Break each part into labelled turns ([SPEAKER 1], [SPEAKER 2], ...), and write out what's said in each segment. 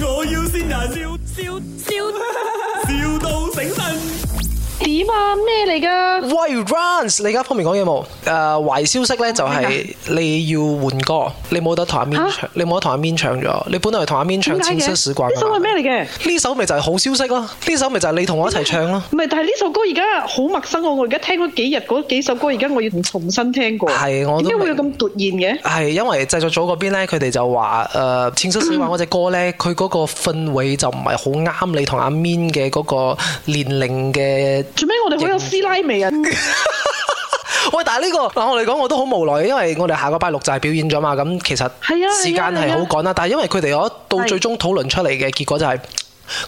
[SPEAKER 1] 要先人，笑笑笑，,笑到醒神。
[SPEAKER 2] 點啊？咩嚟噶？
[SPEAKER 3] 喂 Runs，你而家方面講嘢冇？誒、壞消息咧就係你要換歌，你冇得同阿 Min
[SPEAKER 2] 啊
[SPEAKER 3] 唱，你冇得同阿 Min 唱咗，你本來同阿 Min 唱
[SPEAKER 2] 點
[SPEAKER 3] 《
[SPEAKER 2] 解
[SPEAKER 3] 淺
[SPEAKER 2] 嘅？
[SPEAKER 3] 色使館》
[SPEAKER 2] 呢首係咩嚟嘅？
[SPEAKER 3] 呢首咪就係好消息咯，呢首咪就係你同我一齊唱咯。
[SPEAKER 2] 唔係，但係呢首歌而家好陌生喎！我而家聽咗幾日嗰幾首歌，而家我要重新聽過。
[SPEAKER 3] 係我都
[SPEAKER 2] 點解會有
[SPEAKER 3] 明
[SPEAKER 2] 咁突然嘅？
[SPEAKER 3] 係因為製作組嗰邊咧，佢哋就話呃誒《淺色使館》嗰只歌咧，佢嗰個氛圍就唔係好啱你同阿 Min 嘅嗰個年齡嘅
[SPEAKER 2] 做咩我哋好有師奶味啊？
[SPEAKER 3] 喂，但係呢、個嗱，我嚟講我都好無奈，因為我哋下個拜六就係表演咗嘛，咁其實
[SPEAKER 2] 係啊
[SPEAKER 3] 時間係好趕啦。但係因為佢哋我到
[SPEAKER 2] 係
[SPEAKER 3] 最終討論出嚟嘅結果就係、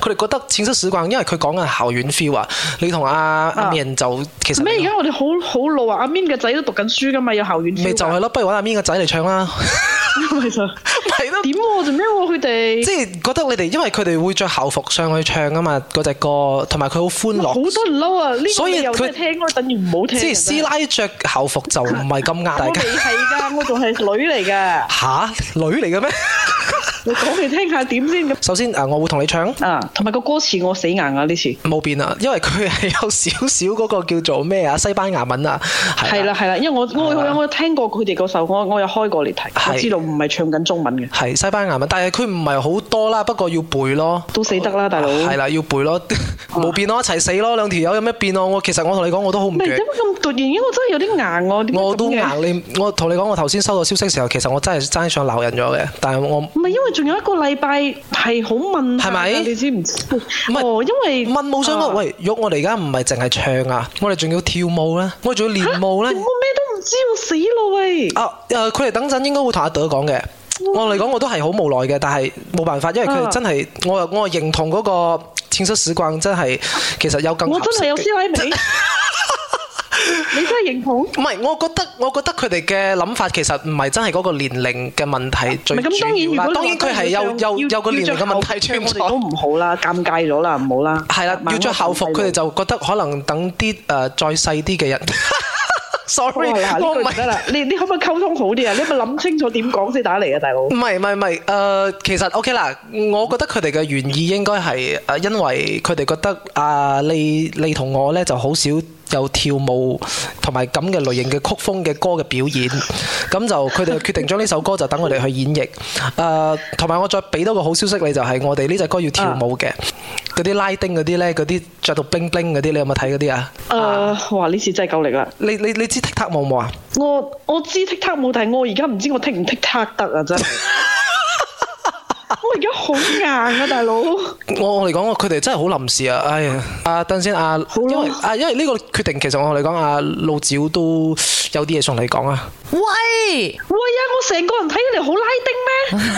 [SPEAKER 3] 佢哋覺得淺色史慣，因為佢講緊校園 feel 啊，你同阿阿
[SPEAKER 2] 啊
[SPEAKER 3] Min 就其實
[SPEAKER 2] 咩？而
[SPEAKER 3] 你
[SPEAKER 2] 家我哋好好老啊！阿 Min 嘅仔都讀緊書㗎嘛，有校園 feel 㗎
[SPEAKER 3] 咪 就係咯，不如揾阿 Min 個仔嚟唱啦，
[SPEAKER 2] 咪就
[SPEAKER 3] 咪咯。
[SPEAKER 2] 點喎？做咩喎？佢哋
[SPEAKER 3] 即係覺得你哋，因為佢哋會着校服上去唱啊嘛，嗰只歌，同埋佢好歡
[SPEAKER 2] 好
[SPEAKER 3] 樂，
[SPEAKER 2] 多人嬲啊！呢
[SPEAKER 3] 所
[SPEAKER 2] 個
[SPEAKER 3] 以
[SPEAKER 2] 你又真
[SPEAKER 3] 佢
[SPEAKER 2] 係聽咯，等於唔好聽。啊
[SPEAKER 3] 即係師奶着校服就唔係咁啱大
[SPEAKER 2] 我
[SPEAKER 3] 家
[SPEAKER 2] 未 係㗎，我仲係女嚟㗎。
[SPEAKER 3] 吓女嚟嘅咩？
[SPEAKER 2] 你講嚟聽下點先咁
[SPEAKER 3] 首先啊，我會同你唱。
[SPEAKER 2] 啊？同埋個歌詞我死硬啊！呢次
[SPEAKER 3] 冇變啊，因為佢係有少少嗰個叫做咩啊西班牙文啊，
[SPEAKER 2] 係啦。係啦，因為我我
[SPEAKER 3] 係啦
[SPEAKER 2] 我我有聽過佢哋嗰首，我我有開過嚟睇，
[SPEAKER 3] 係
[SPEAKER 2] 我知道唔係唱緊中文嘅，
[SPEAKER 3] 係西班牙文，但係佢唔係好多啦，不過要背咯，
[SPEAKER 2] 都死得啦，大佬。
[SPEAKER 3] 哦係
[SPEAKER 2] 唔
[SPEAKER 3] 啦，要背 咯，冇變咯，一齊死咯，兩條友有咩變啊？我其實我同你講，我都好唔
[SPEAKER 2] 係點
[SPEAKER 3] 鋸
[SPEAKER 2] 解，咁突然？因為我真係有啲硬我。點解
[SPEAKER 3] 我都
[SPEAKER 2] 咁嘅
[SPEAKER 3] 硬你。我同你講，我頭先收到消息嘅時候，其實我真係爭想鬧人咗嘅，但係我
[SPEAKER 2] 唔係因為仲有一個禮拜係好問下㗎
[SPEAKER 3] 係咪
[SPEAKER 2] 你知唔知？
[SPEAKER 3] 係
[SPEAKER 2] 哦，因為
[SPEAKER 3] 問冇相干。
[SPEAKER 2] 啊
[SPEAKER 3] 喂，喐我哋而家唔係淨係唱啊，我哋仲要跳舞咧，我哋仲要練舞
[SPEAKER 2] 我
[SPEAKER 3] 咧
[SPEAKER 2] 咩。都唔知，我死咯喂！
[SPEAKER 3] 啊誒，呃佢哋等陣應該會同阿朵講嘅。我嚟講我都係好無奈嘅，但係冇辦法，因為佢哋
[SPEAKER 2] 哦啊
[SPEAKER 3] 真係我又我又認同嗰個淺水史慣真係其實有更
[SPEAKER 2] 我
[SPEAKER 3] 合
[SPEAKER 2] 真係
[SPEAKER 3] 適
[SPEAKER 2] 有
[SPEAKER 3] 嘅。
[SPEAKER 2] 師奶味，你 真係認同？
[SPEAKER 3] 唔係，我覺得我覺得佢哋嘅諗法其實唔係真係嗰個年齡嘅問題最
[SPEAKER 2] 唔係咁，當然
[SPEAKER 3] 主
[SPEAKER 2] 如
[SPEAKER 3] 要啦。
[SPEAKER 2] 果
[SPEAKER 3] 當然佢係有有有個年齡嘅問題
[SPEAKER 2] 出
[SPEAKER 3] 存
[SPEAKER 2] 我
[SPEAKER 3] 在
[SPEAKER 2] 哋。都唔好啦，尷尬咗啦，唔好啦。
[SPEAKER 3] 係啦，要着校服，佢哋
[SPEAKER 2] 就
[SPEAKER 3] 就覺得可能等啲誒、呃再細啲嘅人。Sorry，
[SPEAKER 2] 嗱
[SPEAKER 3] 我
[SPEAKER 2] 呢句
[SPEAKER 3] 唔
[SPEAKER 2] 唔
[SPEAKER 3] 係
[SPEAKER 2] 得啦，你你可唔可以溝通好 啲啊？你咪諗清楚點講先打嚟啊，大佬
[SPEAKER 3] 唔。係唔係唔係，誒、呃其實 OK 啦，我覺得佢哋嘅原意應該係誒，因為佢哋覺得啊、你你同我咧就好少有跳舞同埋咁嘅類型嘅曲風嘅歌嘅表演， 咁就佢哋決定將呢首歌就等我哋去演繹。誒、呃同埋我再俾多個好消息你，就係、我哋呢只歌要跳舞嘅，嗰啲拉丁嗰啲咧，嗰啲着到 bling bling 嗰啲，你有冇睇嗰啲啊？
[SPEAKER 2] 誒，哇！呢次真係夠力啦！
[SPEAKER 3] 你你你知 TikTok 冇冇啊？
[SPEAKER 2] 我我知剔塔冇，但係我而家唔知我剔唔剔塔得啊！ 真係，我而家好硬啊，大佬。
[SPEAKER 3] 我我嚟講，我佢哋真係好臨時啊！哎呀，啊等先啊，
[SPEAKER 2] 啦
[SPEAKER 3] 因為啊，因為呢個決定其實我嚟講啊，老趙都有啲嘢想你講啊。
[SPEAKER 4] 喂，
[SPEAKER 2] 喂呀！我成個人睇起嚟好拉丁 咩？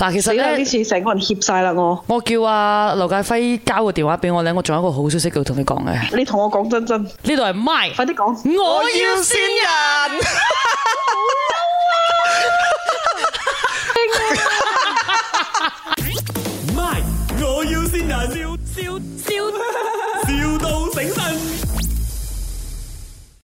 [SPEAKER 4] 嗱，其實
[SPEAKER 2] 死啦！呢
[SPEAKER 4] 咧，
[SPEAKER 2] 次成個人怯晒啦我。
[SPEAKER 4] 我叫阿劉介輝交個電話俾我咧，我仲有一個好消息要同你講嘅。
[SPEAKER 2] 你同我講真真，
[SPEAKER 4] 呢度係 My，
[SPEAKER 2] 快啲講。
[SPEAKER 4] 我要先
[SPEAKER 3] 人，
[SPEAKER 1] MY，我要先人，笑